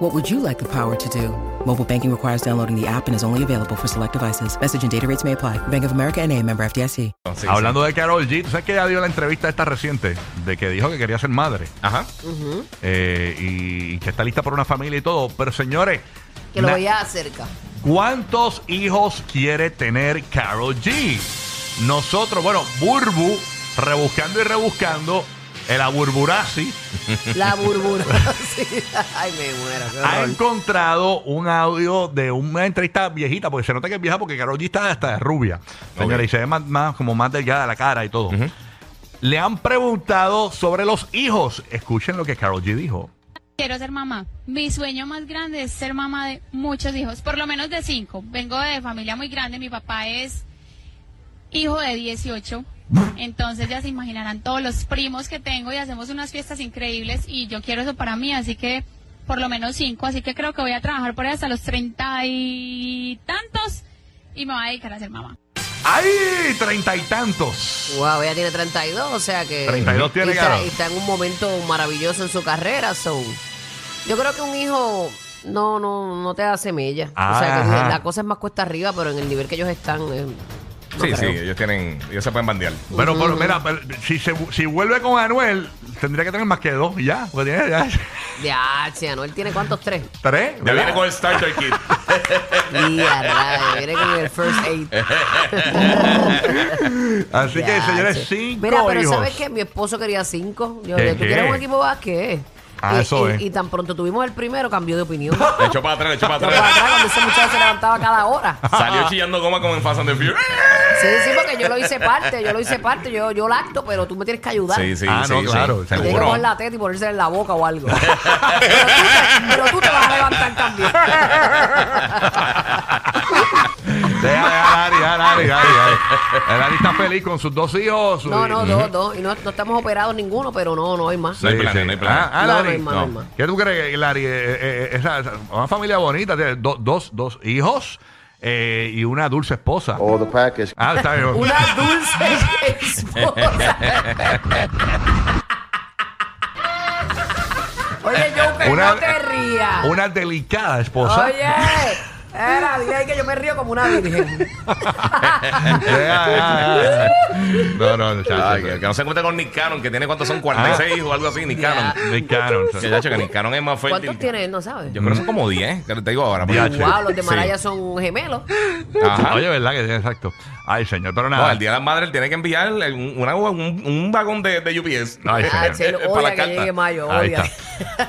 What would you like the power to do? Mobile banking requires downloading the app and is only available for select devices. Message and data rates may apply. Bank of America and a member FDIC. Sí, Hablando de Carol G, ¿tú sabes que ella dio la entrevista esta reciente de que dijo que quería ser madre sí. Ajá. eh, y, y que está lista por una familia y todo? Pero señores, Que lo na- veía cerca. ¿cuántos hijos quiere tener Carol G? Nosotros, bueno, Burbu, rebuscando y rebuscando, el aburburasi La burbura. Sí. Ay, me muero. qué ha horror. encontrado un audio de una entrevista viejita, porque se nota que es vieja porque Carol G está hasta rubia. Señora, Ok. y se ve más, más- como más delgada la cara y todo. Le han preguntado sobre los hijos. Escuchen lo que Carol G dijo. Quiero ser mamá. Mi sueño más grande es ser mamá de muchos hijos, por lo menos de cinco. Vengo de familia muy grande, mi papá es hijo de 18. Entonces ya se imaginarán todos los primos que tengo y hacemos unas fiestas increíbles y yo quiero eso para mí, así que por lo menos cinco, así que creo que voy a trabajar por ahí hasta los treinta y tantos y me voy a dedicar a ser mamá. ¡Ay! Treinta y tantos. Wow, ella tiene 32, o sea que... 32 tiene, y está, claro. y está en un momento maravilloso en su carrera, so... Yo creo que un hijo no no no te da semilla. o sea Ajá. que la cosa es más cuesta arriba, pero en el nivel que ellos están... eh, no Sí, sí, creo. ellos tienen, ellos se pueden bandear. Pero, pero, mira, pero, si, se- si vuelve con Anuel, tendría que tener más que dos y ya. Porque tiene ya Ya, che, ¿no? Él ah, tiene cuántos, tres. tres. Ya ¿verdad? viene con el Starter Kit. Ya, rayos, viene con el first aid. Así que, Ya, señores, che. cinco Mira, pero hijos. ¿sabes qué? Mi esposo quería cinco. Yo, ¿Qué, ¿tú qué? quieres un equipo básquet? Ah, y, eso y- es. y tan pronto tuvimos el primero, cambió de opinión. Le echó para atrás, le echó para Yo para atrás. atrás, cuando ese muchacho se levantaba cada hora. Salió chillando goma como en Fast and the Furious. Sí, sí, porque yo lo hice parte, yo lo hice parte, yo, yo lacto, pero tú me tienes que ayudar. Sí, sí, Ah, sí, no, sí. claro, Te Tienes que seguro. coger la teta y ponerse en la boca o algo. Pero tú te, pero tú te vas a levantar también. Deja, deja, Lari, deja, Lari, Lari, Lari. Lari está feliz con sus dos hijos. No, no, Ujú. dos, dos. Y no, no estamos operados ninguno, pero no, no hay más. No hay planes, no hay planes. Ah, ah, No, no Lari, hay más, no hay más. ¿Qué tú crees, Lari? Eh, eh, eh, esa- esa- una familia bonita, tiene do- dos, dos hijos eh, y una dulce esposa. All the package. Ah, está bien. Una dulce esposa. Oye, Joker, Una- no te rías. Una delicada esposa. Oye, era, dile ahí que yo me río como una virgen. Deja, deja, deja. No, no, no, chacho, Ay, que, que no se encuentre con Nick Cannon, que tiene cuántos son 46 hijos o algo así, Nick Cannon. Ah, Nick Cannon. Que ya, que Nick Cannon es más fértil. ¿Cuántos tiene él? No sabes. Yo creo que son como 10, que te digo ahora. Ya, che. Wow, los de Sí. Maraya son gemelos. Ajá. Oye, ¿verdad? Que exacto. Ay, señor, pero No, nada. al día de las madres él tiene que enviar un, una- un, un vagón de, de UPS. Ay, Ah, señor. che, lo Para la odia que carta. llegue mayo, Ahí odia. está.